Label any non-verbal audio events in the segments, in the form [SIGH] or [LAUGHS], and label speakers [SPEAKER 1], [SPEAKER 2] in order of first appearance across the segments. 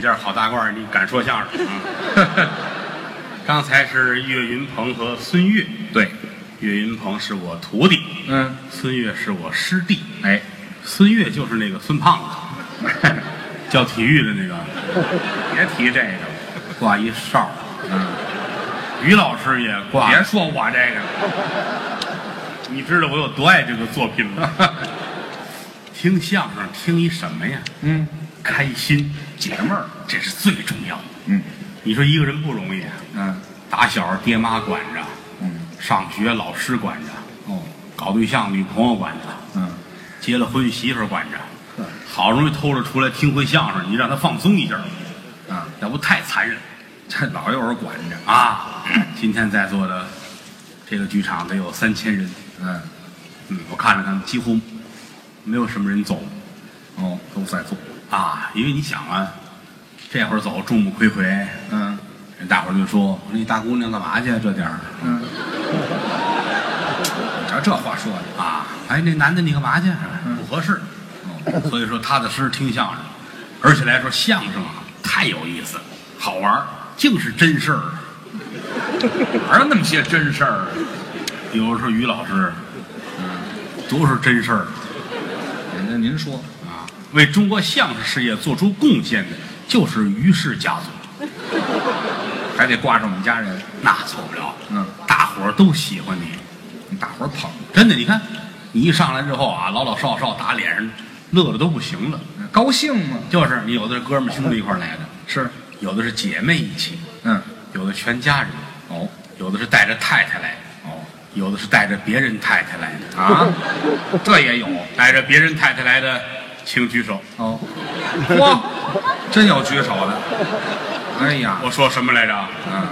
[SPEAKER 1] 件好大褂儿，你敢说相声？嗯 [LAUGHS] 刚才是岳云鹏和孙越，
[SPEAKER 2] 对，
[SPEAKER 1] 岳云鹏是我徒弟，
[SPEAKER 2] 嗯，
[SPEAKER 1] 孙越是我师弟。
[SPEAKER 2] 哎，
[SPEAKER 1] 孙越就是那个孙胖
[SPEAKER 2] [LAUGHS]
[SPEAKER 1] 子，教体育的那个，
[SPEAKER 2] 别提这个了，
[SPEAKER 1] 挂一哨儿。
[SPEAKER 2] 嗯，
[SPEAKER 1] 于老师也挂
[SPEAKER 2] 别说我这个了，
[SPEAKER 1] 你知道我有多爱这个作品
[SPEAKER 2] [LAUGHS]
[SPEAKER 1] 吗？听相声听一什么呀？
[SPEAKER 2] 嗯，
[SPEAKER 1] 开心，
[SPEAKER 2] 解闷儿，
[SPEAKER 1] 这是最重要的。
[SPEAKER 2] 嗯
[SPEAKER 1] 你说一个人不容易啊，
[SPEAKER 2] 嗯
[SPEAKER 1] 打小爹妈管着，
[SPEAKER 2] 嗯，
[SPEAKER 1] 上学老师管着，
[SPEAKER 2] 哦，
[SPEAKER 1] 搞对象女朋友管着，
[SPEAKER 2] 嗯，
[SPEAKER 1] 结了婚媳妇儿管着
[SPEAKER 2] 嗯，
[SPEAKER 1] 好容易偷着出来听回相声，你让他放松一下，
[SPEAKER 2] 啊，
[SPEAKER 1] 要不太残忍
[SPEAKER 2] 这老有人管着，
[SPEAKER 1] 啊！ [CLEARS THROAT] 今天在座的这个剧场得有三千人，
[SPEAKER 2] 嗯，
[SPEAKER 1] 嗯，我看着他们几乎没有什么人走
[SPEAKER 2] 哦，都在做，
[SPEAKER 1] 啊，因为你想啊，这会儿走众目睽睽，
[SPEAKER 2] 嗯
[SPEAKER 1] 人大伙儿就说：“那大姑娘干嘛去啊？这点儿 [LAUGHS]
[SPEAKER 2] 嗯，你瞧这话说的，
[SPEAKER 1] 啊，哎，那男的你干嘛去？
[SPEAKER 2] 嗯
[SPEAKER 1] 不合适。哦所以说，踏踏实实听相声，而且来说相声啊，太有意思，好玩儿，净是真事儿。
[SPEAKER 2] 哪有那么些真事儿啊？
[SPEAKER 1] 有时候于老师，都是真事儿
[SPEAKER 2] 那您说，
[SPEAKER 1] 啊，为中国相声事业做出贡献的，就是于氏家族。
[SPEAKER 2] [LAUGHS] 还得挂上我们家人，
[SPEAKER 1] 那错不了，
[SPEAKER 2] 嗯，
[SPEAKER 1] 大伙儿都喜欢你，
[SPEAKER 2] 你大伙儿捧，
[SPEAKER 1] 真的。你看，你一上来之后啊，老老少少打脸上，乐的都不行了。
[SPEAKER 2] 嗯高兴吗？
[SPEAKER 1] 就是你有的是哥们儿兄弟一块儿来的，
[SPEAKER 2] 是，
[SPEAKER 1] 有的是姐妹一起，
[SPEAKER 2] 嗯，
[SPEAKER 1] 有的全家人，
[SPEAKER 2] 哦
[SPEAKER 1] 有的是带着太太来的，
[SPEAKER 2] 哦
[SPEAKER 1] 有的是带着别人太太来的，
[SPEAKER 2] [LAUGHS] 啊，这也有
[SPEAKER 1] 带着别人太太来的，请举手。
[SPEAKER 2] 哦，哇，真有举手的，哎呀，
[SPEAKER 1] 我说什么来着？
[SPEAKER 2] 嗯，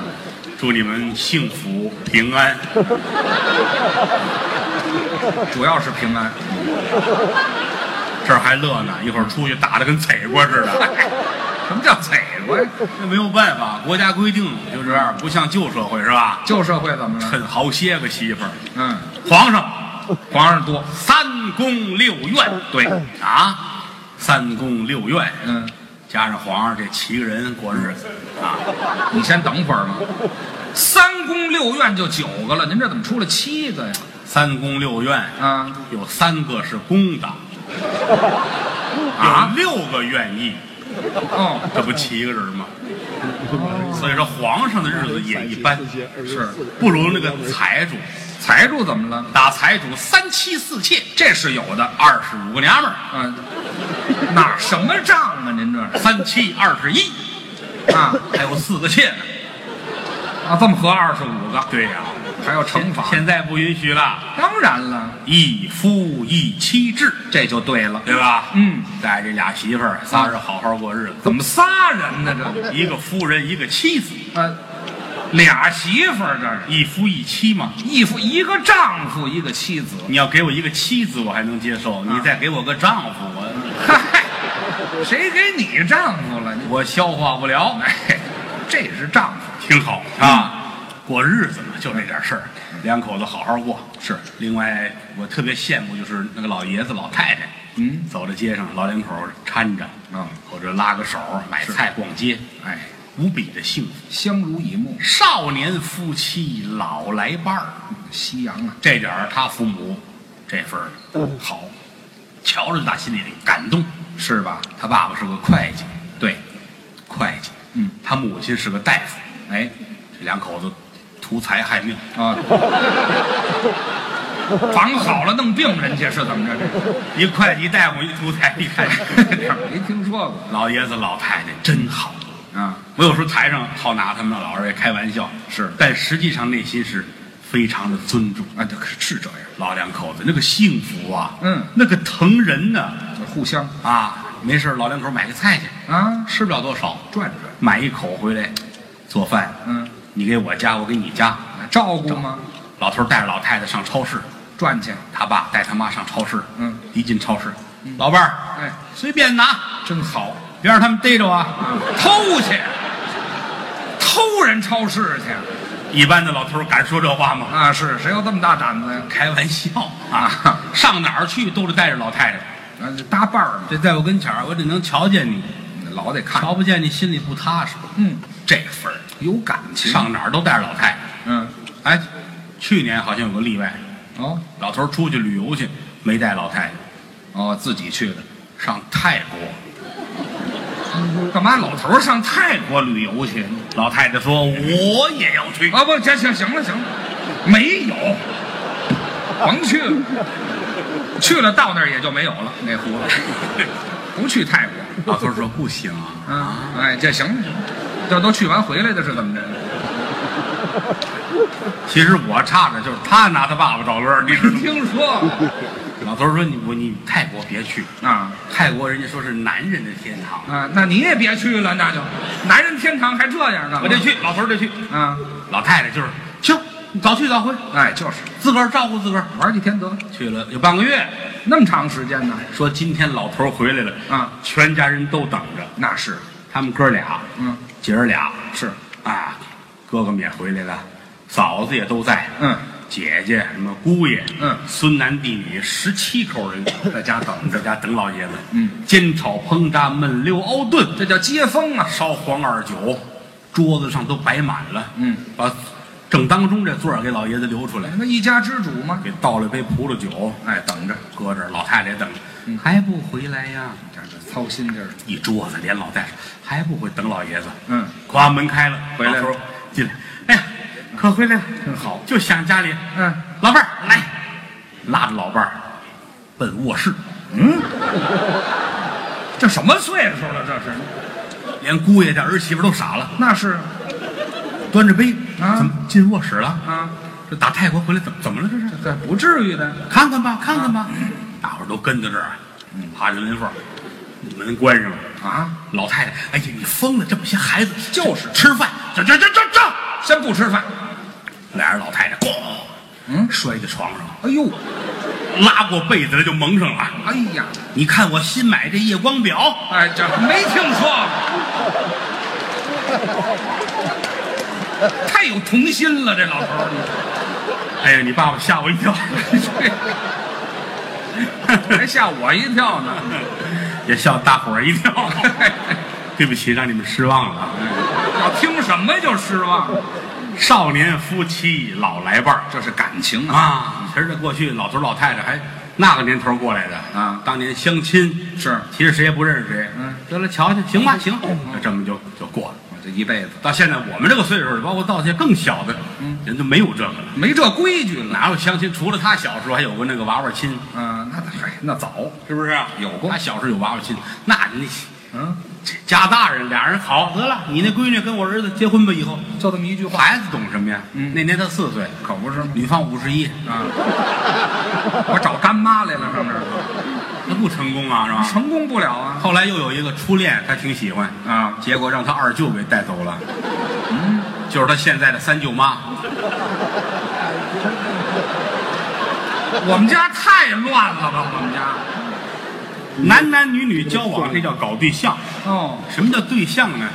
[SPEAKER 1] 祝你们幸福平安。
[SPEAKER 2] 主要是平安，
[SPEAKER 1] 这儿还乐呢，一会儿出去打的跟踩过似的。 [LAUGHS]
[SPEAKER 2] 什么叫踩过呀？
[SPEAKER 1] 那没有办法，国家规定就这样，不像旧社会是吧？
[SPEAKER 2] 旧社会怎么 [LAUGHS] 了？
[SPEAKER 1] 趁好些个媳妇儿，
[SPEAKER 2] 嗯，
[SPEAKER 1] 皇上
[SPEAKER 2] 皇上多，
[SPEAKER 1] 三宫六院，对啊，三宫六院，
[SPEAKER 2] 嗯，
[SPEAKER 1] 加上皇上这七个人过日子啊，
[SPEAKER 2] 你先等会儿嘛。三宫六院就九个了，您这怎么出了七个呀？
[SPEAKER 1] 三宫六院
[SPEAKER 2] 啊，
[SPEAKER 1] 有三个是公的， [LAUGHS] 有
[SPEAKER 2] 啊
[SPEAKER 1] 六个愿意，
[SPEAKER 2] 哦，
[SPEAKER 1] 这不七个人
[SPEAKER 2] [LAUGHS]
[SPEAKER 1] 吗？所以说皇上的日子也一般，
[SPEAKER 2] 是
[SPEAKER 1] 不如那个财主。
[SPEAKER 2] 财主怎么了？
[SPEAKER 1] 打财主三妻四妾，这是有的，二十五个娘们儿，
[SPEAKER 2] 嗯，哪什么账啊？您这是
[SPEAKER 1] 三妻二十一，
[SPEAKER 2] 啊
[SPEAKER 1] 还有四个妾呢。
[SPEAKER 2] 啊，这么合二十五个，
[SPEAKER 1] 对呀、
[SPEAKER 2] 还要乘法，
[SPEAKER 1] 现在不允许了，
[SPEAKER 2] 当然了，
[SPEAKER 1] 一夫一妻制，
[SPEAKER 2] 这就对了。
[SPEAKER 1] 对吧？
[SPEAKER 2] 嗯，
[SPEAKER 1] 带这俩媳妇儿，仨人好好过日子，
[SPEAKER 2] 怎么仨人呢？这
[SPEAKER 1] 一个夫人，一个妻子，
[SPEAKER 2] 啊，俩媳妇儿这是
[SPEAKER 1] 一夫一妻嘛。
[SPEAKER 2] 一夫一个丈夫一个妻子，
[SPEAKER 1] 你要给我一个妻子，我还能接受；
[SPEAKER 2] 啊
[SPEAKER 1] 你再给我个丈夫，我
[SPEAKER 2] 嗨，谁给你丈夫了？你
[SPEAKER 1] 我消化不了。
[SPEAKER 2] 哎，这是丈夫，
[SPEAKER 1] 挺好
[SPEAKER 2] 嗯
[SPEAKER 1] 啊，过日子嘛，就这点事儿，两口子好好过。是，另外我特别羡慕就是那个老爷子、老太太，
[SPEAKER 2] 嗯，
[SPEAKER 1] 走在街上，老两口搀着，
[SPEAKER 2] 嗯，
[SPEAKER 1] 或者拉个手买菜、逛街，
[SPEAKER 2] 哎，
[SPEAKER 1] 无比的幸福。
[SPEAKER 2] 相濡以沫，
[SPEAKER 1] 少年夫妻老来伴儿，
[SPEAKER 2] 夕阳啊，
[SPEAKER 1] 这点儿他父母这份儿好，瞧着打心里感动。
[SPEAKER 2] 是吧？
[SPEAKER 1] 他爸爸是个会计，
[SPEAKER 2] 对，
[SPEAKER 1] 会计，
[SPEAKER 2] 嗯，
[SPEAKER 1] 他母亲是个大夫，
[SPEAKER 2] 哎，
[SPEAKER 1] 这两口子图财害命。
[SPEAKER 2] 啊，防好了弄病人家是怎么着？这
[SPEAKER 1] 一会计大夫一图财，一看
[SPEAKER 2] 哪儿没听说过
[SPEAKER 1] [LAUGHS] 老爷子老太太真好。
[SPEAKER 2] 啊？
[SPEAKER 1] 我有时候台上好拿他们老二爷开玩笑，
[SPEAKER 2] 是
[SPEAKER 1] 但实际上内心是非常的尊重
[SPEAKER 2] 啊，这可是这样，
[SPEAKER 1] 老两口子那个幸福啊，
[SPEAKER 2] 嗯
[SPEAKER 1] 那个疼人呢
[SPEAKER 2] 这互相
[SPEAKER 1] 啊！没事儿老两口买个菜去，嗯
[SPEAKER 2] 啊
[SPEAKER 1] 吃不了多少，
[SPEAKER 2] 转转，
[SPEAKER 1] 买一口回来做饭，
[SPEAKER 2] 嗯，啊
[SPEAKER 1] 你给我家，我给你家。
[SPEAKER 2] 照顾吗？
[SPEAKER 1] 老头儿带着老太太上超市，
[SPEAKER 2] 转去，
[SPEAKER 1] 他爸带他妈上超市，
[SPEAKER 2] 嗯，
[SPEAKER 1] 一进超市，老伴儿
[SPEAKER 2] 哎，
[SPEAKER 1] 随便拿，
[SPEAKER 2] 真好，
[SPEAKER 1] 别让他们逮着啊！
[SPEAKER 2] 偷去，偷人超市去
[SPEAKER 1] 一般的老头儿敢说这话吗？
[SPEAKER 2] 啊？是谁有这么大胆子呀？
[SPEAKER 1] 开玩笑啊！上哪儿去都得带着老太太。
[SPEAKER 2] 啊，这搭伴儿嘛，
[SPEAKER 1] 这在我跟前儿，我得能瞧见你。
[SPEAKER 2] 老得看，
[SPEAKER 1] 瞧不见你心里不踏实。
[SPEAKER 2] 嗯，
[SPEAKER 1] 这份儿
[SPEAKER 2] 有感情，
[SPEAKER 1] 上哪儿都带着老太。
[SPEAKER 2] 嗯，
[SPEAKER 1] 哎，去年好像有个例外，
[SPEAKER 2] 哦
[SPEAKER 1] 老头儿出去旅游去，没带老太太，
[SPEAKER 2] 哦，自己去的，
[SPEAKER 1] 上泰国。
[SPEAKER 2] 干嘛老头儿上泰国旅游去？
[SPEAKER 1] 老太太说：“我也要
[SPEAKER 2] [LAUGHS]
[SPEAKER 1] 去。
[SPEAKER 2] 啊不，行行行了行了，没有，甭去了，去了到那儿也就没有了那胡了，不去泰国。”
[SPEAKER 1] 老头儿说：“不行啊，
[SPEAKER 2] 嗯，哎，这行了，行了这都去完回来的是怎么着？
[SPEAKER 1] 其实我差的就是他拿他爸爸找乐儿，你知
[SPEAKER 2] [LAUGHS]
[SPEAKER 1] 道吗
[SPEAKER 2] 听说
[SPEAKER 1] 老头儿说：“你我你泰国别去，
[SPEAKER 2] 啊
[SPEAKER 1] 泰国人家说是男人的天堂，
[SPEAKER 2] 啊，那你也别去了，那就男人天堂还这样呢？
[SPEAKER 1] 我得去。”老头儿得去，
[SPEAKER 2] 啊，
[SPEAKER 1] 老太太就是行，你早去早回，
[SPEAKER 2] 哎，就是
[SPEAKER 1] 自个儿照顾自个儿。
[SPEAKER 2] 玩几天得了，
[SPEAKER 1] 去了有半个月，
[SPEAKER 2] 那么长时间呢？
[SPEAKER 1] 说今天老头儿回来了
[SPEAKER 2] 啊，
[SPEAKER 1] 全家人都等着。
[SPEAKER 2] 那是，
[SPEAKER 1] 他们哥俩，
[SPEAKER 2] 嗯，
[SPEAKER 1] 姐儿俩
[SPEAKER 2] 是，
[SPEAKER 1] 啊，哥哥们也回来了，嫂子也都在，
[SPEAKER 2] 嗯，
[SPEAKER 1] 姐姐什么姑爷，
[SPEAKER 2] 嗯
[SPEAKER 1] 孙男弟女十七口人在家等着，在家等老爷子，
[SPEAKER 2] 嗯，
[SPEAKER 1] 煎炒烹炸焖溜熬炖，
[SPEAKER 2] 这叫接风啊。
[SPEAKER 1] 烧黄二酒，桌子上都摆满了，
[SPEAKER 2] 嗯，
[SPEAKER 1] 把正当中这座儿给老爷子留出来，
[SPEAKER 2] 那一家之主嘛，
[SPEAKER 1] 给倒了杯葡萄酒，
[SPEAKER 2] 哎，等着，
[SPEAKER 1] 搁这儿老太太也等着，
[SPEAKER 2] 嗯
[SPEAKER 1] 还不回来呀？
[SPEAKER 2] 这这操心劲儿。
[SPEAKER 1] 一桌子连老带上，还不回等老爷子，
[SPEAKER 2] 嗯，
[SPEAKER 1] 咵门开了，
[SPEAKER 2] 回来了
[SPEAKER 1] 老头儿进来，哎呀，可回来了，
[SPEAKER 2] 真好，
[SPEAKER 1] 就想家里，
[SPEAKER 2] 嗯，
[SPEAKER 1] 老伴儿来，拉着老伴儿奔卧室，
[SPEAKER 2] 这什么岁数了？这是，
[SPEAKER 1] 连姑爷这儿媳妇都傻了，
[SPEAKER 2] 那是
[SPEAKER 1] 端着杯，
[SPEAKER 2] 啊
[SPEAKER 1] 怎么进卧室了？
[SPEAKER 2] 啊，
[SPEAKER 1] 这打泰国回来怎么怎么了？这是？
[SPEAKER 2] 这不至于的。
[SPEAKER 1] 看看吧，看看吧，
[SPEAKER 2] 啊
[SPEAKER 1] 大伙儿都跟在这儿，啊趴着林缝儿，门关上了。
[SPEAKER 2] 啊，
[SPEAKER 1] 老太太，哎呀，你疯了！这么些孩子
[SPEAKER 2] 就是
[SPEAKER 1] 吃饭，这这这这这，
[SPEAKER 2] 先不吃饭。
[SPEAKER 1] 俩人老太太咣，
[SPEAKER 2] 嗯
[SPEAKER 1] 摔在床上，
[SPEAKER 2] 哎呦，
[SPEAKER 1] 拉过被子来就蒙上了。
[SPEAKER 2] 哎呀，
[SPEAKER 1] 你看我新买这夜光表，
[SPEAKER 2] 哎，这没听说，太有童心了，这老头儿，
[SPEAKER 1] 哎呀，你爸爸吓我一跳， [LAUGHS]
[SPEAKER 2] 你还吓我一跳呢。
[SPEAKER 1] 也吓大伙儿一跳。 [LAUGHS] 对不起，让你们失望了啊。
[SPEAKER 2] 要听什么就失望，
[SPEAKER 1] 少年夫妻老来伴儿
[SPEAKER 2] 这是感情啊。
[SPEAKER 1] 啊，其实这过去老头儿老太太还那个年头儿过来的
[SPEAKER 2] 啊
[SPEAKER 1] 当年相亲
[SPEAKER 2] 是
[SPEAKER 1] 其实谁也不认识谁，
[SPEAKER 2] 嗯，
[SPEAKER 1] 得了，瞧瞧，行吧，行，那这么就就过了。
[SPEAKER 2] 我这一辈子
[SPEAKER 1] 到现在我们这个岁数儿，包括到现在更小的，嗯，人就没有这个了，
[SPEAKER 2] 没这规矩了。
[SPEAKER 1] 哪有相亲？除了他小时候还有过那个娃娃亲，
[SPEAKER 2] 啊，那嗨，那早，
[SPEAKER 1] 是不是啊？
[SPEAKER 2] 有过
[SPEAKER 1] 他小时候有娃娃亲，那你
[SPEAKER 2] 嗯，
[SPEAKER 1] 这家大人俩人好得了，你那闺女跟我儿子结婚吧，以后
[SPEAKER 2] 就这么一句话，
[SPEAKER 1] 孩子懂什么呀？
[SPEAKER 2] 嗯
[SPEAKER 1] 那年他四岁，
[SPEAKER 2] 可不是吗？
[SPEAKER 1] 女方五十一，
[SPEAKER 2] 啊， [LAUGHS] 我找干妈来了，上这儿
[SPEAKER 1] 那不成功啊，是吧？
[SPEAKER 2] 成功不了啊。
[SPEAKER 1] 后来又有一个初恋，他挺喜欢
[SPEAKER 2] 啊
[SPEAKER 1] 结果让他二舅给带走了，就是他现在的三舅妈。
[SPEAKER 2] 我们家太乱了吧，我们家。
[SPEAKER 1] 男男女女交往，这叫搞对象。
[SPEAKER 2] 哦，
[SPEAKER 1] 什么叫对象呢？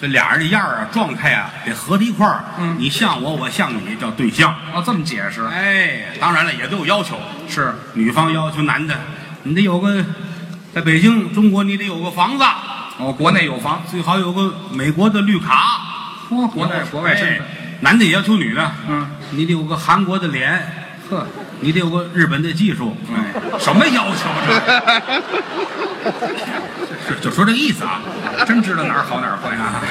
[SPEAKER 1] 这俩人的样儿啊、状态啊，得合在一块儿。
[SPEAKER 2] 嗯
[SPEAKER 1] 你像我，我像你，叫对象。
[SPEAKER 2] 要哦这么解释
[SPEAKER 1] 哎，当然了，也都有要求，
[SPEAKER 2] 是。
[SPEAKER 1] 女方要求男的，你得有个，在北京中国你得有个房子，
[SPEAKER 2] 哦，国内有房，
[SPEAKER 1] 最好有个美国的绿卡。
[SPEAKER 2] 嚯，国内国外身
[SPEAKER 1] 哎
[SPEAKER 2] 份，
[SPEAKER 1] 男的也要求女的，
[SPEAKER 2] 嗯，
[SPEAKER 1] 你得有个韩国的脸。
[SPEAKER 2] 呵，
[SPEAKER 1] 你得有个日本的技术，
[SPEAKER 2] 嗯，什么要 [LAUGHS] 求
[SPEAKER 1] 是就说这意思啊。
[SPEAKER 2] 这？真知道哪儿好哪儿坏啊！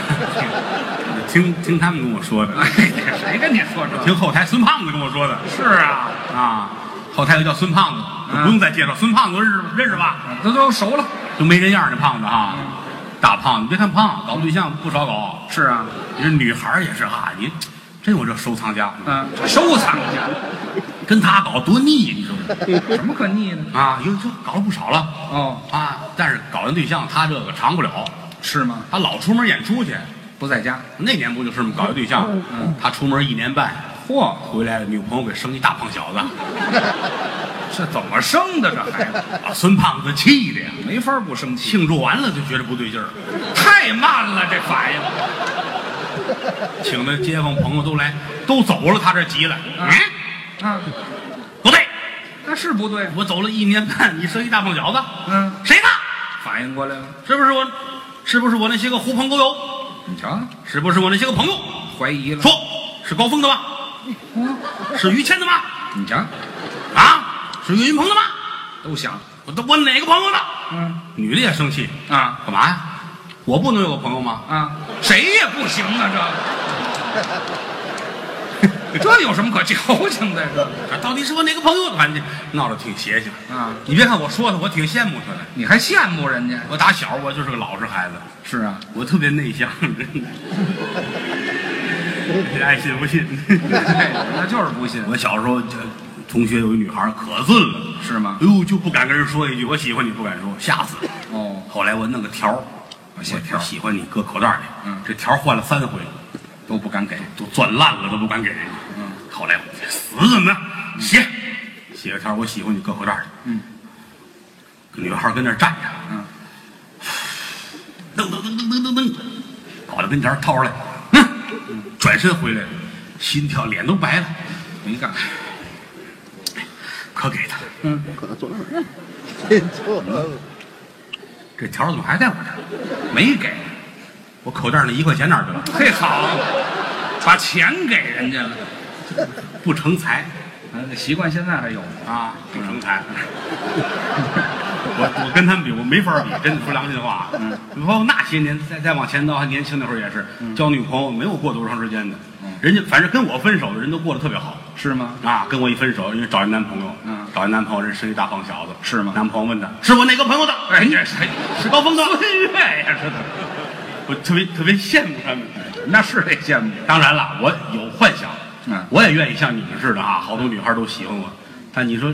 [SPEAKER 2] [LAUGHS]
[SPEAKER 1] 听听他们跟我说的，
[SPEAKER 2] 哎，谁跟你说这？
[SPEAKER 1] 听后台孙胖子跟我说的
[SPEAKER 2] 是啊，
[SPEAKER 1] 啊。后台有叫孙胖子，
[SPEAKER 2] 嗯
[SPEAKER 1] 我不用再介绍，孙胖子认识认识吧？
[SPEAKER 2] 这都熟了。
[SPEAKER 1] 都没人样儿那胖子啊，大胖子。别看胖，搞对象不少搞。
[SPEAKER 2] 是啊，
[SPEAKER 1] 你这女孩儿也是啊，你真有这收藏家，
[SPEAKER 2] 嗯，收藏家，
[SPEAKER 1] 跟他搞多腻，你说
[SPEAKER 2] 什么可腻呢？
[SPEAKER 1] 啊？有就搞了不少了
[SPEAKER 2] 哦，
[SPEAKER 1] 啊，但是搞完对象，他这个长不了，
[SPEAKER 2] 是吗？
[SPEAKER 1] 他老出门演出去。
[SPEAKER 2] 不在家。
[SPEAKER 1] 那年不就是吗？搞一对象，他出门一年半，
[SPEAKER 2] 嚯，
[SPEAKER 1] 回来了，女朋友给生一大胖小子，
[SPEAKER 2] 这怎么生的这孩子？
[SPEAKER 1] 把孙胖子气的呀！
[SPEAKER 2] 没法不生气，
[SPEAKER 1] 庆祝完了就觉得不对劲儿，
[SPEAKER 2] 太慢了这反应。
[SPEAKER 1] 请的街坊朋友都来，都走了，他这急了，嗯，
[SPEAKER 2] 啊，
[SPEAKER 1] 不对，
[SPEAKER 2] 那是不对。
[SPEAKER 1] 我走了一年半，你生一大胖小子，
[SPEAKER 2] 嗯，
[SPEAKER 1] 谁的？
[SPEAKER 2] 反应过来了。
[SPEAKER 1] 是不是我？是不是我那些个狐朋狗友？
[SPEAKER 2] 你瞧，
[SPEAKER 1] 是不是我那些个朋友？
[SPEAKER 2] 怀疑了。哦
[SPEAKER 1] 说，是高峰的吗？是于谦的吗？
[SPEAKER 2] 你瞧，
[SPEAKER 1] 啊，是岳云鹏的吗？
[SPEAKER 2] 都想
[SPEAKER 1] 我都我哪个朋友的？
[SPEAKER 2] 嗯
[SPEAKER 1] 女的也生气，
[SPEAKER 2] 啊
[SPEAKER 1] 干嘛呀？我不能有个朋友吗？
[SPEAKER 2] 啊，谁也不行啊，这 [LAUGHS] 这有什么可矫情的？这
[SPEAKER 1] 这到底是我哪个朋友？反正闹得挺邪性
[SPEAKER 2] 啊！
[SPEAKER 1] 你别看我说他，我挺羡慕他的。
[SPEAKER 2] 你还羡慕人家？
[SPEAKER 1] 我打小我就是个老实孩子，
[SPEAKER 2] 是啊，
[SPEAKER 1] 我特别内向，真的。你爱信不信？ [LAUGHS]
[SPEAKER 2] 那就是不信，
[SPEAKER 1] 我小时候就同学有一女孩可俊了，
[SPEAKER 2] 是吗？
[SPEAKER 1] 哎呦就不敢跟人说一句我喜欢你，不敢说，吓死。
[SPEAKER 2] 哦，
[SPEAKER 1] 后来我弄个条儿
[SPEAKER 2] 啊写
[SPEAKER 1] 我
[SPEAKER 2] 条儿
[SPEAKER 1] 喜欢你，搁口袋里。
[SPEAKER 2] 嗯
[SPEAKER 1] 这条儿换了三回，
[SPEAKER 2] 都不敢给。
[SPEAKER 1] 都攥烂了都不敢给人家。
[SPEAKER 2] 嗯，
[SPEAKER 1] 后来我死怎么着写，写个条儿我喜欢你，搁口袋里。
[SPEAKER 2] 嗯，
[SPEAKER 1] 女孩儿跟那儿站着， [SIGHS]
[SPEAKER 2] 嗯，
[SPEAKER 1] 噔噔噔噔噔噔噔，跑到跟前儿掏出来，嗯，转身回来了，心跳脸都白了，
[SPEAKER 2] 没干，
[SPEAKER 1] 可给他了。
[SPEAKER 2] 嗯
[SPEAKER 3] 可做
[SPEAKER 1] [LAUGHS]
[SPEAKER 3] 梦，这做梦
[SPEAKER 1] 嗯这条儿怎么还在我这儿？没给，我口袋儿那一块钱哪儿去了？
[SPEAKER 2] 嘿好，把钱给人家了。
[SPEAKER 1] 不成才
[SPEAKER 2] 嗯，这习惯现在还有吗？
[SPEAKER 1] 啊，不成才。我我跟他们比，我没法比，真的说良心话。嗯，包括那些年，再再往前倒，还年轻那会儿也是
[SPEAKER 2] 嗯
[SPEAKER 1] 交女朋友，没有过多长时间的。人家反正跟我分手的人都过得特别好
[SPEAKER 2] 是吗？
[SPEAKER 1] 啊，跟我一分手，人家找一男朋友，
[SPEAKER 2] 嗯
[SPEAKER 1] 找一男朋友，人是一大胖小子，
[SPEAKER 2] 是吗
[SPEAKER 1] 男朋友问他，是我哪个朋友的？
[SPEAKER 2] 哎，这是
[SPEAKER 1] 是高峰的。
[SPEAKER 2] 孙悦呀，这都
[SPEAKER 1] 我特别特别羡慕他们。
[SPEAKER 2] 那是得羡慕。
[SPEAKER 1] 当然了，我有幻想，
[SPEAKER 2] 嗯
[SPEAKER 1] 我也愿意像你们似的啊，好多女孩都喜欢我。但你说，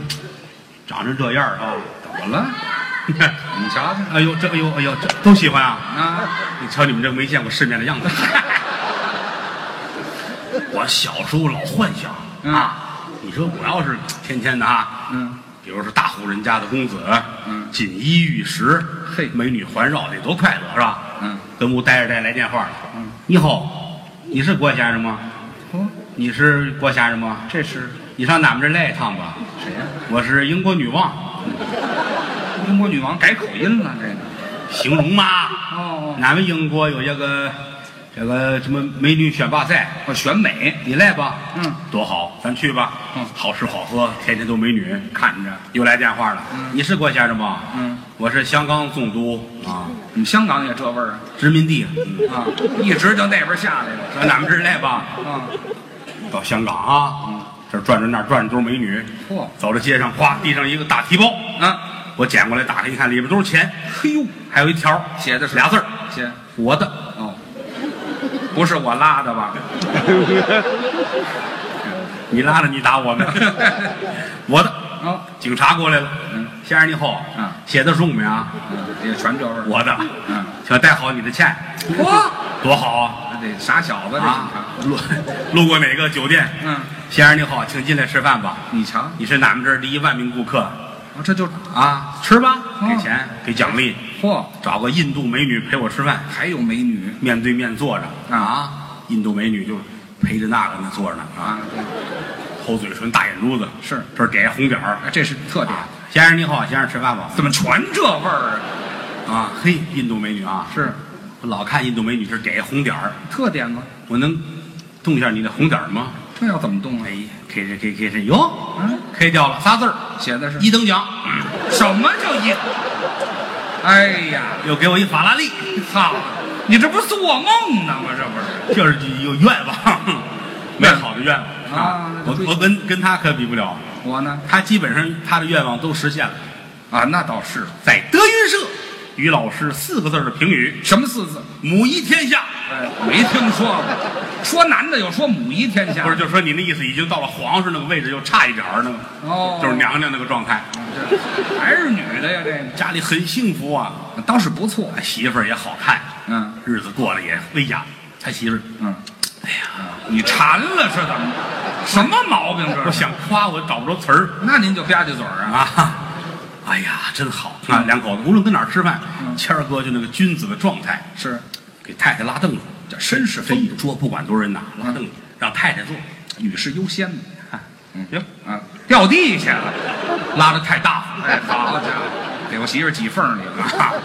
[SPEAKER 1] 长成这样儿啊， [LAUGHS]
[SPEAKER 2] 怎么了？你瞧瞧
[SPEAKER 1] 哎呦，这哎呦哎呦，这都喜欢啊！
[SPEAKER 2] 啊，
[SPEAKER 1] 你瞧你们这没见过世面的样子。 [LAUGHS] 我小时候老幻想、
[SPEAKER 2] 嗯
[SPEAKER 1] 啊，你说我要是天天的啊，
[SPEAKER 2] 嗯，
[SPEAKER 1] 比如说大户人家的公子，
[SPEAKER 2] 嗯
[SPEAKER 1] 锦衣玉食，
[SPEAKER 2] 嘿
[SPEAKER 1] 美女环绕，得多快乐是吧？
[SPEAKER 2] 嗯，
[SPEAKER 1] 跟屋待着待着来电话了，嗯，你好，你是郭先生吗？
[SPEAKER 2] 哦，
[SPEAKER 1] 你是郭先生吗？
[SPEAKER 2] 这是
[SPEAKER 1] 你上俺们这儿来一趟吧，
[SPEAKER 2] 谁呀、
[SPEAKER 1] 我是英国女王，
[SPEAKER 2] 英国女王改口音了，这个。
[SPEAKER 1] 形容嘛，
[SPEAKER 2] 哦，
[SPEAKER 1] 俺们英国有一个这个什么美女选拔赛，
[SPEAKER 2] 哦，选美，
[SPEAKER 1] 你来吧，
[SPEAKER 2] 嗯，
[SPEAKER 1] 多好，咱去吧，
[SPEAKER 2] 嗯
[SPEAKER 1] 好吃好喝，天天都美女看着。又来电话了，你是郭先生吗？
[SPEAKER 2] 嗯，
[SPEAKER 1] 我是香港总督啊，
[SPEAKER 2] 你们香港也这味儿啊？
[SPEAKER 1] 殖民地，嗯
[SPEAKER 2] 啊，一直就那边下来了。
[SPEAKER 1] 到咱们这儿来吧，
[SPEAKER 2] 啊，
[SPEAKER 1] 到香港啊，
[SPEAKER 2] 嗯
[SPEAKER 1] 这儿转转那儿转转都是美女，
[SPEAKER 2] 嚯
[SPEAKER 1] 走到街上，哗，地上一个大提包，
[SPEAKER 2] 啊，
[SPEAKER 1] 我捡过来打开一看，里边都是钱，
[SPEAKER 2] 嘿呦，
[SPEAKER 1] 还有一条
[SPEAKER 2] 写的是
[SPEAKER 1] 俩字儿，
[SPEAKER 2] 姐，
[SPEAKER 1] 我的，
[SPEAKER 2] 哦，不是我拉的吧？
[SPEAKER 1] 你拉着你打
[SPEAKER 2] [LAUGHS]
[SPEAKER 1] 我们，我的。
[SPEAKER 2] 哦，
[SPEAKER 1] 警察过来了，
[SPEAKER 2] 嗯
[SPEAKER 1] 先生你好，
[SPEAKER 2] 嗯
[SPEAKER 1] 写的是我们啊，
[SPEAKER 2] 嗯也全这味儿。
[SPEAKER 1] 我的，
[SPEAKER 2] 嗯，
[SPEAKER 1] 请带好你的钱，
[SPEAKER 2] 嚯，
[SPEAKER 1] 多好啊！
[SPEAKER 2] 那得傻小子这警察。
[SPEAKER 1] 啊，路路过哪个酒店？
[SPEAKER 2] 嗯，
[SPEAKER 1] 先生你好，请进来吃饭吧。
[SPEAKER 2] 你瞧，
[SPEAKER 1] 你是俺们这儿第一万名顾客
[SPEAKER 2] 哦这就
[SPEAKER 1] 啊，吃吧，
[SPEAKER 2] 嗯
[SPEAKER 1] 给钱给奖励，
[SPEAKER 2] 嚯，
[SPEAKER 1] 找个印度美女陪我吃饭，
[SPEAKER 2] 还有美女
[SPEAKER 1] 面对面坐着
[SPEAKER 2] 啊
[SPEAKER 1] 印度美女就陪着那个呢坐着呢啊，
[SPEAKER 2] 啊，
[SPEAKER 1] 厚嘴唇大眼珠子，
[SPEAKER 2] 是嗯
[SPEAKER 1] 这儿给红点儿。
[SPEAKER 2] 哎这是特点。
[SPEAKER 1] 先生你好，先生吃饭吧。
[SPEAKER 2] 怎么全这味儿啊？
[SPEAKER 1] 啊，嘿，印度美女啊，
[SPEAKER 2] 是
[SPEAKER 1] 我老看印度美女这儿给红点儿，
[SPEAKER 2] 特点吗？
[SPEAKER 1] 我能动一下你的红点儿吗？
[SPEAKER 2] 这要怎么动啊？
[SPEAKER 1] 哎，给这给给这哟，
[SPEAKER 2] 嗯，
[SPEAKER 1] 开掉了仨字儿，
[SPEAKER 2] 写的是
[SPEAKER 1] 一等奖，
[SPEAKER 2] 什么叫一？哎呀，
[SPEAKER 1] 又给我一法拉利，
[SPEAKER 2] 操！你这不是做梦呢吗？这不是？
[SPEAKER 1] 这是有愿望，美好的愿望
[SPEAKER 2] 啊
[SPEAKER 1] 我
[SPEAKER 2] 那就追求
[SPEAKER 1] 我跟跟他可比不了，
[SPEAKER 2] 我呢？
[SPEAKER 1] 他基本上他的愿望都实现了。
[SPEAKER 2] 啊，那倒是。
[SPEAKER 1] 在德云社，于老师四个字儿的评语：
[SPEAKER 2] 什么四字？
[SPEAKER 1] 母仪天下。
[SPEAKER 2] 哎，没听说过。说男的有说母仪天下，
[SPEAKER 1] 不是，就是说你那意思已经到了皇上那个位置，又差一点儿那个，
[SPEAKER 2] 哦，
[SPEAKER 1] 就是娘娘那个状态。
[SPEAKER 2] 这还是女的呀？这个
[SPEAKER 1] 家里很幸福啊，
[SPEAKER 2] 倒是不错。
[SPEAKER 1] 媳妇儿也好看，
[SPEAKER 2] 嗯
[SPEAKER 1] 日子过得也，哎呀，他媳妇儿
[SPEAKER 2] 嗯，哎呀，你馋了是怎么着？什么毛病这
[SPEAKER 1] 我
[SPEAKER 2] 是？
[SPEAKER 1] 想夸我找不着词儿
[SPEAKER 2] 那您就吧唧嘴儿啊。
[SPEAKER 1] 啊！哎呀，真好啊！两口子无论跟哪儿吃饭，谦儿哥就那个君子的状态，
[SPEAKER 2] 是，
[SPEAKER 1] 给太太拉凳子，
[SPEAKER 2] 这绅士
[SPEAKER 1] 这
[SPEAKER 2] 风
[SPEAKER 1] 一
[SPEAKER 2] 度，
[SPEAKER 1] 桌不管多少人呐，拉凳子让太太坐，
[SPEAKER 2] 女士优先嘛。
[SPEAKER 1] 行，
[SPEAKER 2] 啊，掉地下了。
[SPEAKER 1] 拉的太大方。
[SPEAKER 2] 哎
[SPEAKER 1] 啊
[SPEAKER 2] 哎，好家伙，给我媳妇儿挤缝里了。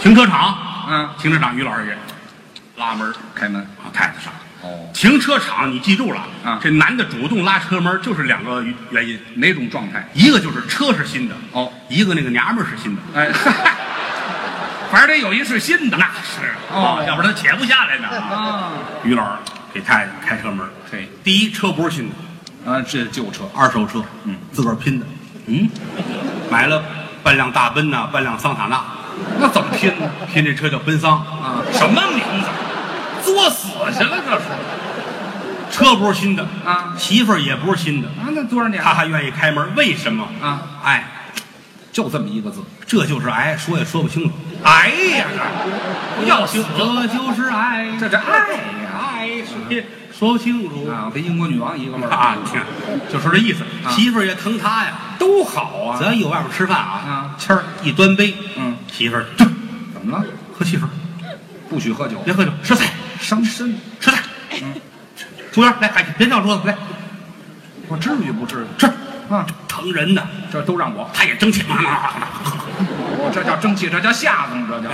[SPEAKER 1] 停车场
[SPEAKER 2] 嗯
[SPEAKER 1] 停车场于老师也拉门儿
[SPEAKER 2] 开门。
[SPEAKER 1] 往太太上。
[SPEAKER 2] 哦，
[SPEAKER 1] 停车场你记住了
[SPEAKER 2] 啊
[SPEAKER 1] 这男的主动拉车门就是两个原因，
[SPEAKER 2] 哪种状态？
[SPEAKER 1] 一个就是车是新的，
[SPEAKER 2] 哦，
[SPEAKER 1] 一个那个娘们儿是新的。
[SPEAKER 2] 哎， [LAUGHS] 反正得有一是新的。
[SPEAKER 1] 那是
[SPEAKER 2] 哦
[SPEAKER 1] 啊，要不然他且不下来呢。啊
[SPEAKER 2] 啊，
[SPEAKER 1] 于老师给太太开车门，
[SPEAKER 2] 对，
[SPEAKER 1] 第一车不是新的，
[SPEAKER 2] 啊，这旧车
[SPEAKER 1] 二手车，嗯，自个儿拼的，嗯，买了半辆大奔呐、半辆桑塔纳，那怎么拼呢？拼这车叫奔桑啊，什么名字？作死去了这是。车不是新的
[SPEAKER 2] 啊
[SPEAKER 1] 媳妇儿也不是新的，
[SPEAKER 2] 啊，那多少年
[SPEAKER 1] 他
[SPEAKER 2] 了？
[SPEAKER 1] 还愿意开门，为什么
[SPEAKER 2] 啊？
[SPEAKER 1] 哎，
[SPEAKER 2] 就这么一个字。
[SPEAKER 1] 这就是癌，说也说不清楚。哎呀，
[SPEAKER 2] 要死
[SPEAKER 1] 这就是癌，
[SPEAKER 2] 这这爱呀
[SPEAKER 1] 癌说说不清楚
[SPEAKER 2] 啊，跟英国女王一个味儿
[SPEAKER 1] 啊，听就说这意思。
[SPEAKER 2] 啊
[SPEAKER 1] 媳妇儿也疼他呀，
[SPEAKER 2] 都好啊
[SPEAKER 1] 只。要一有外边吃饭
[SPEAKER 2] 啊
[SPEAKER 1] 啊，谦儿一端杯，
[SPEAKER 2] 嗯，
[SPEAKER 1] 媳妇儿就
[SPEAKER 2] 怎么了？
[SPEAKER 1] 喝汽水，
[SPEAKER 2] 不许喝酒，
[SPEAKER 1] 别喝酒，吃菜，
[SPEAKER 2] 伤身。
[SPEAKER 1] 吃菜。
[SPEAKER 2] 嗯
[SPEAKER 1] 服务员，来，哎别掉桌子，来
[SPEAKER 2] 我至于不至于？
[SPEAKER 1] 吃，
[SPEAKER 2] 啊，
[SPEAKER 1] 疼人的，
[SPEAKER 2] 这都让我，
[SPEAKER 1] 他也争气。
[SPEAKER 2] 我这叫争气，这叫下风，这叫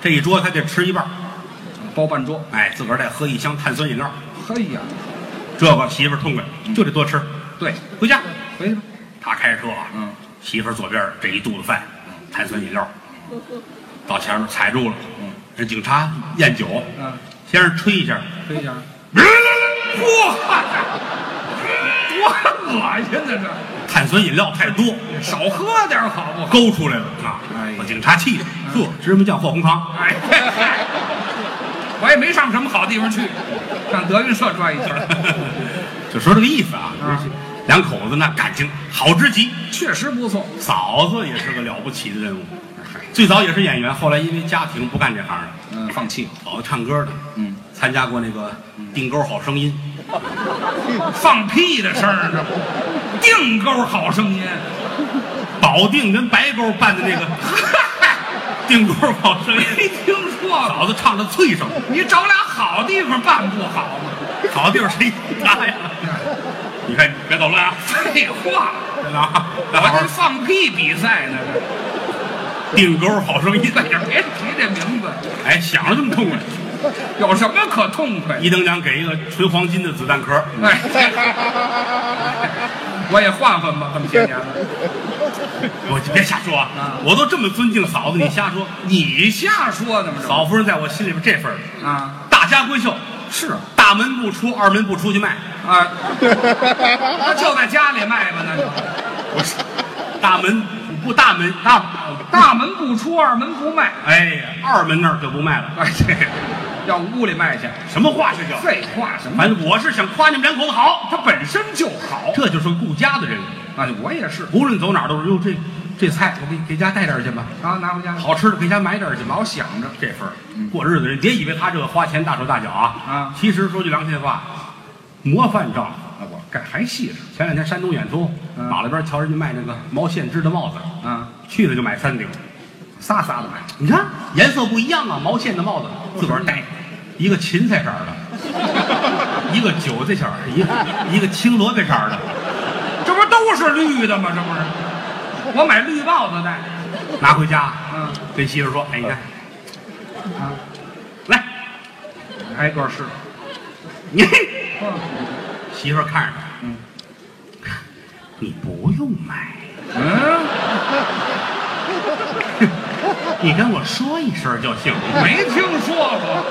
[SPEAKER 1] 这一桌他得吃一半儿，
[SPEAKER 2] 包办桌。
[SPEAKER 1] 哎，自个儿再喝一箱碳酸饮料，
[SPEAKER 2] 嘿呀，
[SPEAKER 1] 这个媳妇儿痛快，就得多吃。
[SPEAKER 2] 对，
[SPEAKER 1] 回家，
[SPEAKER 2] 回吧。
[SPEAKER 1] 他开着车啊，
[SPEAKER 2] 嗯，
[SPEAKER 1] 媳妇儿左边儿这一肚子饭，碳酸饮料，
[SPEAKER 2] 嗯
[SPEAKER 1] 到前面踩住了，嗯，人警察验酒，
[SPEAKER 2] 嗯，
[SPEAKER 1] 先生吹一下，
[SPEAKER 2] 推一下。
[SPEAKER 1] 嚯，
[SPEAKER 2] 多恶心呢！
[SPEAKER 1] 碳酸饮料太多，
[SPEAKER 2] 这少喝点好不好？
[SPEAKER 1] 勾出来了啊
[SPEAKER 2] 哎！嗯
[SPEAKER 1] 把警察气的，呵，芝麻酱破红糖，
[SPEAKER 2] 哎， [LAUGHS] 我也没上什么好地方去，上德云社转一圈儿，
[SPEAKER 1] 就说这个意思啊
[SPEAKER 2] 啊。
[SPEAKER 1] 两口子那感情好之极，
[SPEAKER 2] 确实不错。
[SPEAKER 1] 嫂子也是个了不起的人物，
[SPEAKER 2] 哎
[SPEAKER 1] 最早也是演员，后来因为家庭不干这行了，
[SPEAKER 2] 嗯，放弃了，
[SPEAKER 1] 嫂子唱歌的，
[SPEAKER 2] 嗯，
[SPEAKER 1] 参加过那个定沟好声音，
[SPEAKER 2] 放屁的声儿，这不定钩好声音，
[SPEAKER 1] 保定跟白沟办的那 [LAUGHS] 个定沟好声音，
[SPEAKER 2] 没听说过。
[SPEAKER 1] 嫂子唱的脆声，
[SPEAKER 2] 你找俩好地方办不好吗？
[SPEAKER 1] 好地方谁搭呀？你看，别捣乱啊！
[SPEAKER 2] 废话，
[SPEAKER 1] 别了啊！
[SPEAKER 2] 我
[SPEAKER 1] 好
[SPEAKER 2] 这放屁比赛呢，这
[SPEAKER 1] 定沟好声音，
[SPEAKER 2] 哎呀，别提这名字，
[SPEAKER 1] 哎，想着这么痛快。
[SPEAKER 2] 有什么可痛快？
[SPEAKER 1] 一等奖给一个纯黄金的子弹壳，
[SPEAKER 2] 哎， [LAUGHS] 我也换换吧，这么些年了，
[SPEAKER 1] 我别瞎说啊！我都这么尊敬嫂子，你瞎说。
[SPEAKER 2] 你瞎说呢吗？
[SPEAKER 1] 嫂夫人在我心里边这份儿
[SPEAKER 2] 啊
[SPEAKER 1] 大家闺秀，是大门不出，二门不出去卖，
[SPEAKER 2] 啊， [LAUGHS] 那就在家里卖吧，那就
[SPEAKER 1] 大门不大门大，
[SPEAKER 2] 大门不出，二门不迈。
[SPEAKER 1] 哎，二门那儿就不卖了。
[SPEAKER 2] 哎，这要屋里卖去，
[SPEAKER 1] 什么话这叫？
[SPEAKER 2] 废话什么？
[SPEAKER 1] 反正我是想夸你们两口子好，
[SPEAKER 2] 它本身就好。
[SPEAKER 1] 这就是顾家的人，
[SPEAKER 2] 那就我也是
[SPEAKER 1] 无论走哪儿都是哟这这菜我给给家带点儿去吧，
[SPEAKER 2] 啊，拿回家
[SPEAKER 1] 好吃的给家买点儿去吧。
[SPEAKER 2] 老想着
[SPEAKER 1] 这份儿过日子，人别以为他这个花钱大手大脚啊
[SPEAKER 2] 啊
[SPEAKER 1] 其实说句良心话，模范丈夫。
[SPEAKER 2] 啊，我干还细着
[SPEAKER 1] 前两天山东演出，
[SPEAKER 2] 嗯
[SPEAKER 1] 马路边瞧人家卖那个毛线织的帽子，
[SPEAKER 2] 啊，
[SPEAKER 1] 去了就买三顶。
[SPEAKER 2] 仨仨的买，
[SPEAKER 1] 你看颜色不一样啊，毛线的帽子自个儿戴，一个芹菜色儿的，一个韭菜色儿的，一个一个青萝卜色儿的。
[SPEAKER 2] 这不都是绿的吗？这不是，我买绿帽子戴
[SPEAKER 1] 拿回家，
[SPEAKER 2] 啊
[SPEAKER 1] 跟媳妇说：“哎，你看，
[SPEAKER 2] 啊，
[SPEAKER 1] 来，
[SPEAKER 2] 挨个试。
[SPEAKER 1] 你。
[SPEAKER 2] 啊”
[SPEAKER 1] 媳妇儿看着他，
[SPEAKER 2] 嗯，
[SPEAKER 1] 你不用买，
[SPEAKER 2] 嗯，
[SPEAKER 1] 你跟我说一声就行。
[SPEAKER 2] 没听说过，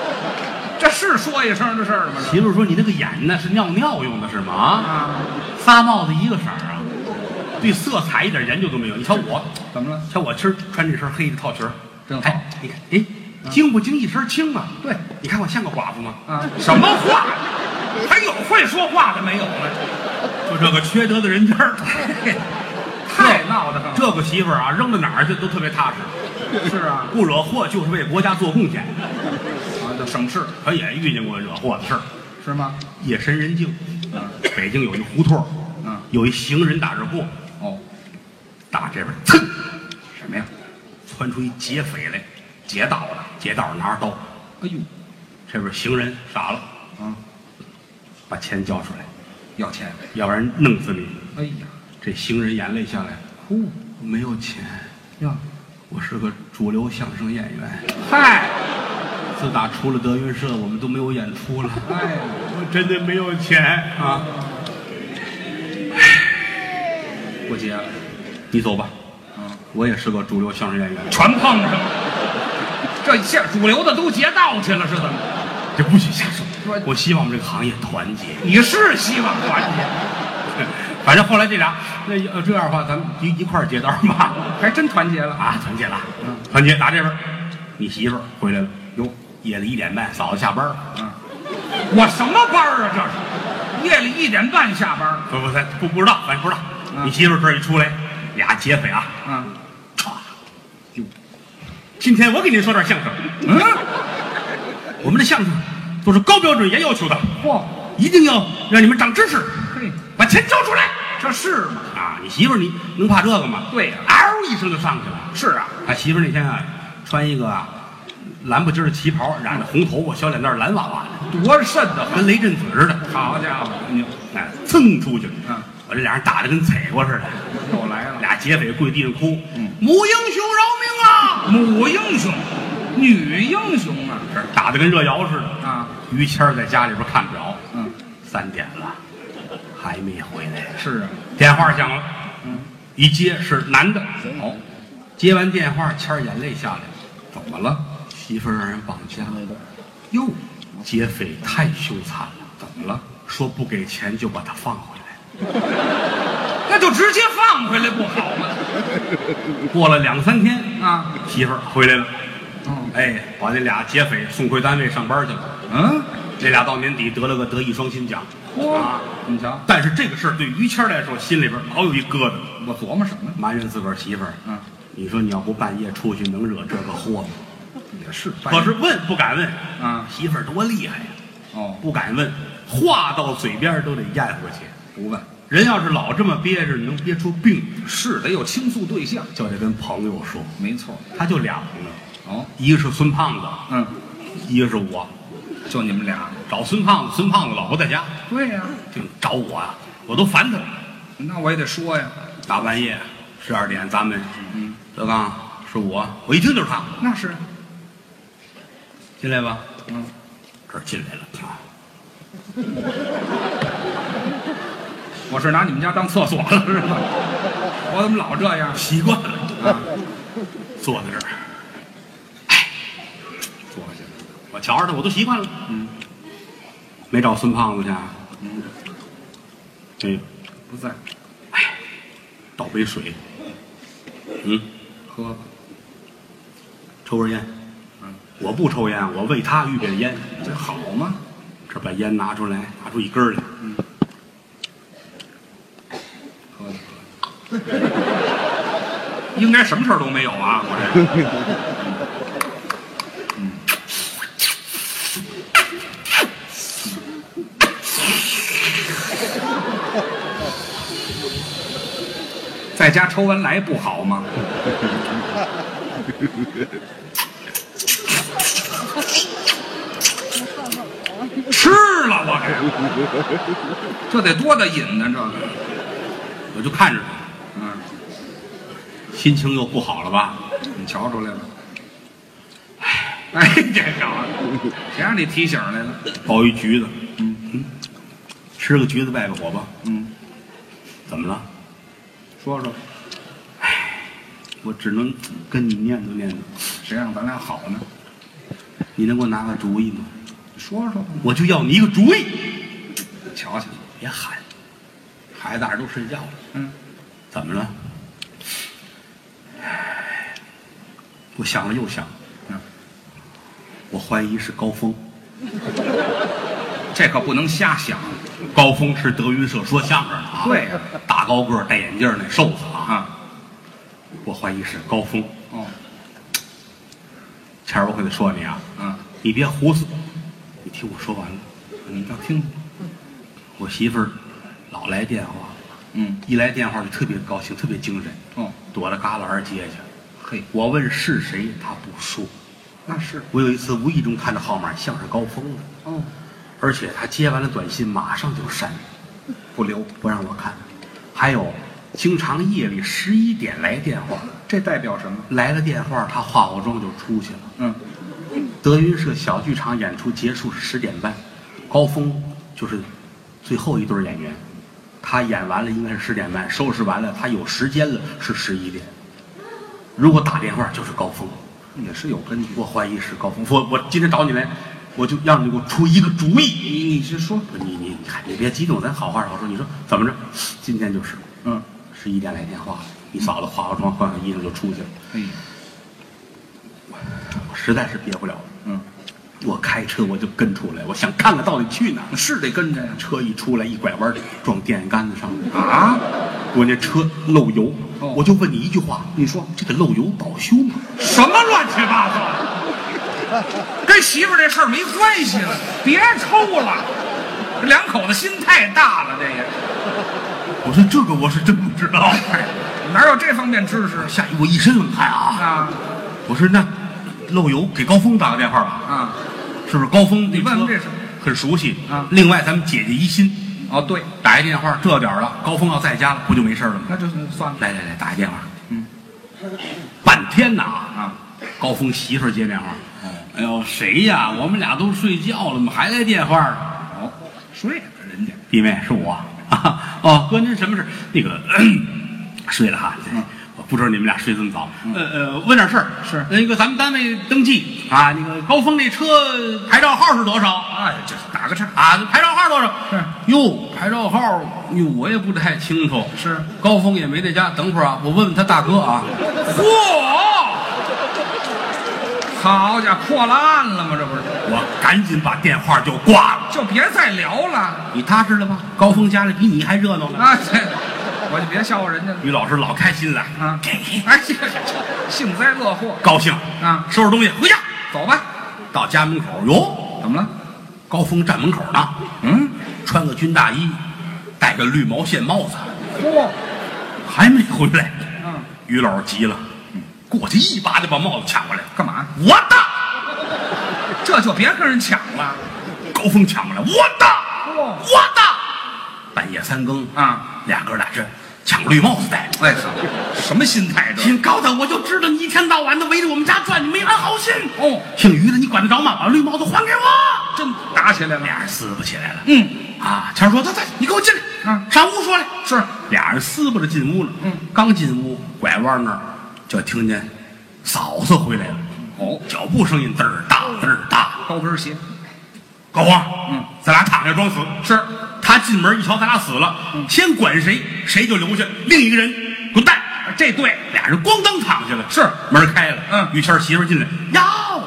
[SPEAKER 2] 这是说一声的事儿吗？
[SPEAKER 1] 媳妇儿说：“你那个眼呢是尿尿用的是吗？啊，
[SPEAKER 2] 这啊，
[SPEAKER 1] 仨帽子一个色儿啊，对色彩一点研究都没有。你瞧我，
[SPEAKER 2] 怎么了？
[SPEAKER 1] 瞧我今儿穿这身黑的套裙儿，
[SPEAKER 2] 真好嗯
[SPEAKER 1] 哎，你看，哎，经不经一身轻啊？
[SPEAKER 2] 对，
[SPEAKER 1] 你看我像个寡妇吗？
[SPEAKER 2] 啊，什么话？还有会说话的没有了？
[SPEAKER 1] 就这个缺德的人家儿，
[SPEAKER 2] 太闹得很。
[SPEAKER 1] 这个媳妇儿啊，扔到哪儿去都特别踏实，
[SPEAKER 2] 是啊，
[SPEAKER 1] 不惹祸就是为国家做贡献。
[SPEAKER 2] 啊，就省事
[SPEAKER 1] 可也遇见过惹祸的事儿。
[SPEAKER 2] 是吗？
[SPEAKER 1] 夜深人静，北京有一胡同儿，
[SPEAKER 2] 嗯
[SPEAKER 1] 有一行人打着过，
[SPEAKER 2] 哦，
[SPEAKER 1] 打这边儿，噌，
[SPEAKER 2] 什么呀？
[SPEAKER 1] 窜出一劫匪来，劫道的，劫道拿着刀，
[SPEAKER 2] 哎呦，
[SPEAKER 1] 这边行人傻了，
[SPEAKER 2] 啊，
[SPEAKER 1] 把钱交出来，
[SPEAKER 2] 要钱？
[SPEAKER 1] 要不然弄死你。
[SPEAKER 2] 哎呀，
[SPEAKER 1] 这行人眼泪下来，
[SPEAKER 2] 呼
[SPEAKER 1] 没有钱，
[SPEAKER 2] 呀，
[SPEAKER 1] 我是个主流相声演员。
[SPEAKER 2] 嗨，
[SPEAKER 1] 自打出了德云社，我们都没有演出了。
[SPEAKER 2] 哎呀，
[SPEAKER 1] 我真的没有钱啊！
[SPEAKER 2] 不接了，
[SPEAKER 1] 你走吧，我也是个主流相声演员。
[SPEAKER 2] 全碰上了。这下主流的都劫道去了，是怎么？
[SPEAKER 1] 这不许瞎说
[SPEAKER 2] 说。
[SPEAKER 1] 我希望我们这个行业团结。 [LAUGHS]
[SPEAKER 2] 你是希望团结，
[SPEAKER 1] 反正后来这俩，那要这样的话，咱们一一块儿接单吧。
[SPEAKER 2] 还真团结了。
[SPEAKER 1] 啊，团结了，团结。拿这边，你媳妇儿回来了。哟，夜里一点半，嫂子下班了。
[SPEAKER 2] 我什么班儿啊？这是夜里一点半下班儿。
[SPEAKER 1] 不不，咱不不知道，反正不知道。
[SPEAKER 2] 嗯
[SPEAKER 1] 你媳妇儿这儿一出来，俩劫匪啊，
[SPEAKER 2] 嗯
[SPEAKER 1] 歘，哟，今天我给您说点相声。
[SPEAKER 2] 嗯，
[SPEAKER 1] 我们的相声都是高标准严要求的，
[SPEAKER 2] 嚯，
[SPEAKER 1] 一定要让你们长知识，
[SPEAKER 2] 嘿，
[SPEAKER 1] 把钱交出来
[SPEAKER 2] 这是吗？
[SPEAKER 1] 啊！你媳妇儿你能怕这个吗？
[SPEAKER 2] 对呀
[SPEAKER 1] 嗷一声就上去了。
[SPEAKER 2] 是啊，
[SPEAKER 1] 他媳妇儿那天啊，穿一个啊蓝不筋儿的旗袍，染着红头发，小脸蛋儿蓝哇哇的，
[SPEAKER 2] 多瘆得慌。
[SPEAKER 1] 跟雷震子似的。
[SPEAKER 2] 好家伙，
[SPEAKER 1] 你哎，蹭出去了。
[SPEAKER 2] 嗯，
[SPEAKER 1] 我这俩人打的跟踩过似的，
[SPEAKER 2] 又来了。
[SPEAKER 1] 俩劫匪跪地上哭，
[SPEAKER 2] 嗯
[SPEAKER 1] 母英雄饶命啊！
[SPEAKER 2] 母英雄，女英雄啊！
[SPEAKER 1] 这打的跟热窑似的。
[SPEAKER 2] 啊，
[SPEAKER 1] 于谦儿在家里边看不着，
[SPEAKER 2] 嗯，
[SPEAKER 1] 三点了，还没回来。
[SPEAKER 2] 是啊，
[SPEAKER 1] 电话响了，嗯一接是男的，
[SPEAKER 2] 好，
[SPEAKER 1] 接完电话，谦儿眼泪下来了，怎么了？媳妇儿让人绑架了，哟，劫匪太凶残了，怎么了？说不给钱就把他放回来。
[SPEAKER 2] 那就直接放回来不好吗？
[SPEAKER 1] 过了两三天，
[SPEAKER 2] 啊，
[SPEAKER 1] 媳妇儿回来了，
[SPEAKER 2] 嗯
[SPEAKER 1] 哎，把这俩劫匪送回单位上班去了。
[SPEAKER 2] 嗯，
[SPEAKER 1] 这俩到年底得了个德艺双馨奖，
[SPEAKER 2] 嚯，你瞧，
[SPEAKER 1] 但是这个事儿对于谦儿来说，心里边老有一疙瘩，
[SPEAKER 2] 我琢磨什么呢？
[SPEAKER 1] 埋怨自个儿媳妇儿。
[SPEAKER 2] 嗯，
[SPEAKER 1] 你说你要不半夜出去，能惹这个祸吗？
[SPEAKER 2] 也是，
[SPEAKER 1] 可是问不敢问，
[SPEAKER 2] 嗯
[SPEAKER 1] 媳妇儿多厉害呀、
[SPEAKER 2] 哦，
[SPEAKER 1] 不敢问，话到嘴边儿都得咽回去。
[SPEAKER 2] 不问，
[SPEAKER 1] 人要是老这么憋着，能憋出病，
[SPEAKER 2] 是得有倾诉对象，
[SPEAKER 1] 就得跟朋友说。
[SPEAKER 2] 没错。
[SPEAKER 1] 他就俩朋友，
[SPEAKER 2] 哦，
[SPEAKER 1] 一个是孙胖子，
[SPEAKER 2] 嗯，
[SPEAKER 1] 一个是我。
[SPEAKER 2] 就你们俩。
[SPEAKER 1] 找孙胖子，孙胖子老婆在家，
[SPEAKER 2] 对呀、
[SPEAKER 1] 就找我啊，我都烦他了。
[SPEAKER 2] 那我也得说呀。
[SPEAKER 1] 大半夜十二点，咱们，嗯，德刚是我，我一听就是他，
[SPEAKER 2] 那是，
[SPEAKER 1] 进来吧。
[SPEAKER 2] 嗯，
[SPEAKER 1] 这儿进来了，啊
[SPEAKER 2] 我是拿你们家当厕所了是吧？我怎么老这样？
[SPEAKER 1] 习惯了啊，坐在这儿，
[SPEAKER 2] 坐下了。
[SPEAKER 1] 我瞧着他，我都习惯了。嗯，没找孙胖子去啊？嗯，
[SPEAKER 2] 不在，
[SPEAKER 1] 倒杯水，嗯，
[SPEAKER 2] 喝吧。
[SPEAKER 1] 抽根烟。
[SPEAKER 2] 嗯，
[SPEAKER 1] 我不抽烟，我为他预备的烟。
[SPEAKER 2] 这好吗？
[SPEAKER 1] 这把烟拿出来，拿出一根儿来。
[SPEAKER 2] 喝吧。应该什么事儿都没有啊！我这，嗯嗯，在家抽完来不好吗？吃了我这，这得多大瘾呢？这个，
[SPEAKER 1] 我就看着他，
[SPEAKER 2] 嗯。
[SPEAKER 1] 心情又不好了吧？
[SPEAKER 2] 你瞧出来了。哎，这好，谁让你提醒来了？
[SPEAKER 1] 抱一橘子，嗯，吃个橘子败败火吧。
[SPEAKER 2] 嗯，
[SPEAKER 1] 怎么了？
[SPEAKER 2] 说说，
[SPEAKER 1] 我只能跟你念叨念叨，
[SPEAKER 2] 谁让咱俩好呢？
[SPEAKER 1] 你能给我拿个主意吗？
[SPEAKER 2] 说说吧，
[SPEAKER 1] 我就要你一个主意。
[SPEAKER 2] 瞧瞧。
[SPEAKER 1] 别喊，孩子大人都睡觉了。
[SPEAKER 2] 嗯，
[SPEAKER 1] 怎么了？我想了又想，
[SPEAKER 2] 嗯，
[SPEAKER 1] 我怀疑是高峰。
[SPEAKER 2] 这可不能瞎想。
[SPEAKER 1] 高峰是德云社说相声的啊，
[SPEAKER 2] 对呀
[SPEAKER 1] 大高个儿戴眼镜儿那瘦子啊，
[SPEAKER 2] 啊。
[SPEAKER 1] 我怀疑是高峰。
[SPEAKER 2] 哦，
[SPEAKER 1] 前儿我可得说你啊，
[SPEAKER 2] 嗯，
[SPEAKER 1] 你别胡思，你听我说完了。
[SPEAKER 2] 你要听。
[SPEAKER 1] 嗯我媳妇儿老来电话，
[SPEAKER 2] 嗯，
[SPEAKER 1] 一来电话就特别高兴，特别精神，
[SPEAKER 2] 哦，
[SPEAKER 1] 躲到旮旯儿接去。
[SPEAKER 2] 嘿，
[SPEAKER 1] 我问是谁，她不说。
[SPEAKER 2] 那是。
[SPEAKER 1] 我有一次无意中看着号码像是高峰的，
[SPEAKER 2] 哦，
[SPEAKER 1] 而且他接完了短信马上就删，
[SPEAKER 2] 不留。
[SPEAKER 1] 不让我看。还有，经常夜里十一点来电话，
[SPEAKER 2] 这代表什么？
[SPEAKER 1] 来了电话，他化化妆就出去了。
[SPEAKER 2] 嗯，
[SPEAKER 1] 德云社小剧场演出结束是十点半，高峰就是最后一对儿演员，他演完了应该是十点半，收拾完了他有时间了是十一点。如果打电话就是高峰，
[SPEAKER 2] 也是有根据。
[SPEAKER 1] 我怀疑是高峰。我我今天找你来，我就让你给我出一个主意。
[SPEAKER 2] 你你是说，
[SPEAKER 1] 你你你看，你别激动，咱好话少说。你说怎么着？今天就是
[SPEAKER 2] 嗯，
[SPEAKER 1] 十一点来电话了，你嫂子化化妆换上衣裳就出去了。
[SPEAKER 2] 哎，
[SPEAKER 1] 我实在是憋不了了，
[SPEAKER 2] 嗯，
[SPEAKER 1] 我开车我就跟出来，我想看看到底去哪儿。
[SPEAKER 2] 是得跟着呀。
[SPEAKER 1] 车一出来一拐弯撞电线杆子上了，
[SPEAKER 2] 啊，
[SPEAKER 1] 我那车漏油，
[SPEAKER 2] 哦
[SPEAKER 1] 我就问你一句话，
[SPEAKER 2] 你说
[SPEAKER 1] 这个漏油保修吗？
[SPEAKER 2] 什么乱七八糟的？跟媳妇儿这事儿没关系了，别抽了。这两口子心太大了，这也
[SPEAKER 1] 我说这个我是真不知道。
[SPEAKER 2] 哎哪有这方面知识
[SPEAKER 1] 吓一我一身冷汗啊！
[SPEAKER 2] 啊？
[SPEAKER 1] 我说那漏油给高峰打个电话吧，
[SPEAKER 2] 啊，
[SPEAKER 1] 是不是？高峰
[SPEAKER 2] 你问问
[SPEAKER 1] 车
[SPEAKER 2] 这是
[SPEAKER 1] 很熟悉
[SPEAKER 2] 啊
[SPEAKER 1] 另外咱们姐姐一心
[SPEAKER 2] 哦对，
[SPEAKER 1] 打一电话，这点儿了，高峰要在家了，不就没事了吗？
[SPEAKER 2] 那就算了
[SPEAKER 1] 来来来，打一电话。
[SPEAKER 2] 嗯，
[SPEAKER 1] 半天呐。
[SPEAKER 2] 啊。
[SPEAKER 1] 高峰媳妇儿接电话。哎呦，谁呀？我们俩都睡觉了，怎么还来电话呢？
[SPEAKER 2] 哦，睡了人家。
[SPEAKER 1] 弟妹，是我。 [LAUGHS] 哦，哥，您什么事？那个 [CLEARS THROAT] 咳睡了哈。
[SPEAKER 2] 嗯
[SPEAKER 1] 对我不知道你们俩睡这么早。呃呃，问点事儿。
[SPEAKER 2] 是
[SPEAKER 1] 那个咱们单位登记啊，那个高峰那车牌照号是多少？
[SPEAKER 2] 哎，这打个岔。
[SPEAKER 1] 啊，牌照号多少？
[SPEAKER 2] 是
[SPEAKER 1] 哟，牌照号，哟，我也不太清楚。
[SPEAKER 2] 是
[SPEAKER 1] 高峰也没在家，等会儿啊，我问问他大哥啊。
[SPEAKER 2] 嚯！好家伙，破了案了吗？这不是，
[SPEAKER 1] 我赶紧把电话就挂了。
[SPEAKER 2] 就别再聊了
[SPEAKER 1] 你踏实了吧？高峰家里比你还热闹呢。
[SPEAKER 2] 啊！这我就别笑话人家了
[SPEAKER 1] 于老师老开心了
[SPEAKER 2] 啊！哎呀，这幸灾乐祸，
[SPEAKER 1] 高兴
[SPEAKER 2] 啊
[SPEAKER 1] 收拾东西回家，
[SPEAKER 2] 走吧。
[SPEAKER 1] 到家门口哟，
[SPEAKER 2] 怎么了？
[SPEAKER 1] 高峰站门口呢，
[SPEAKER 2] 嗯，
[SPEAKER 1] 穿个军大衣，戴个绿毛线帽子，
[SPEAKER 2] 嚯，
[SPEAKER 1] 还没回来。
[SPEAKER 2] 嗯，
[SPEAKER 1] 于老师急了，嗯过去一把就把帽子抢过来，
[SPEAKER 2] 干嘛？
[SPEAKER 1] 我的！
[SPEAKER 2] 这就别跟人抢了
[SPEAKER 1] 高峰抢过来，我的，
[SPEAKER 2] 哇
[SPEAKER 1] 我的！半夜三更，
[SPEAKER 2] 啊！
[SPEAKER 1] 俩哥俩这抢绿帽子戴。
[SPEAKER 2] 哎好，什么心态这？
[SPEAKER 1] 姓高的，我就知道你一天到晚的围着我们家转，你没安好心。
[SPEAKER 2] 哦，
[SPEAKER 1] 姓于的，你管得着吗？把绿帽子还给我。
[SPEAKER 2] 真打起来了。
[SPEAKER 1] 俩人撕巴起来了。
[SPEAKER 2] 嗯，
[SPEAKER 1] 啊，强说：“走走，你给我进来，
[SPEAKER 2] 嗯
[SPEAKER 1] 上屋说来。”
[SPEAKER 2] 是
[SPEAKER 1] 俩人撕巴着进屋了。
[SPEAKER 2] 嗯，
[SPEAKER 1] 刚进屋，拐弯那儿就听见嫂子回来了，
[SPEAKER 2] 哦，
[SPEAKER 1] 脚步声音嘚儿大嘚儿大。
[SPEAKER 2] 高跟鞋
[SPEAKER 1] 高光，
[SPEAKER 2] 嗯，
[SPEAKER 1] 咱俩躺下装死。
[SPEAKER 2] 是
[SPEAKER 1] 他进门一瞧，咱俩死了，先管谁，谁就留下，另一个人滚蛋。
[SPEAKER 2] 这对
[SPEAKER 1] 俩人咣当躺下了，
[SPEAKER 2] 是
[SPEAKER 1] 门开了，
[SPEAKER 2] 嗯
[SPEAKER 1] 于谦儿媳妇儿进来，哟，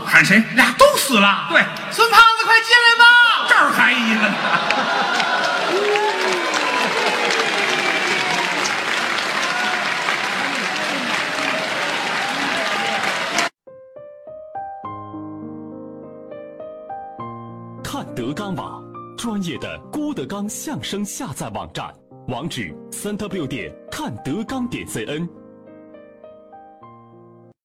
[SPEAKER 2] 喊谁？
[SPEAKER 1] 俩都死了。
[SPEAKER 2] 对
[SPEAKER 1] 孙胖子快进来吧，
[SPEAKER 2] 这儿还一个呢。
[SPEAKER 4] 看德纲网，专业的郭德纲相声下载网站，网址三 w 点看德纲点 cn，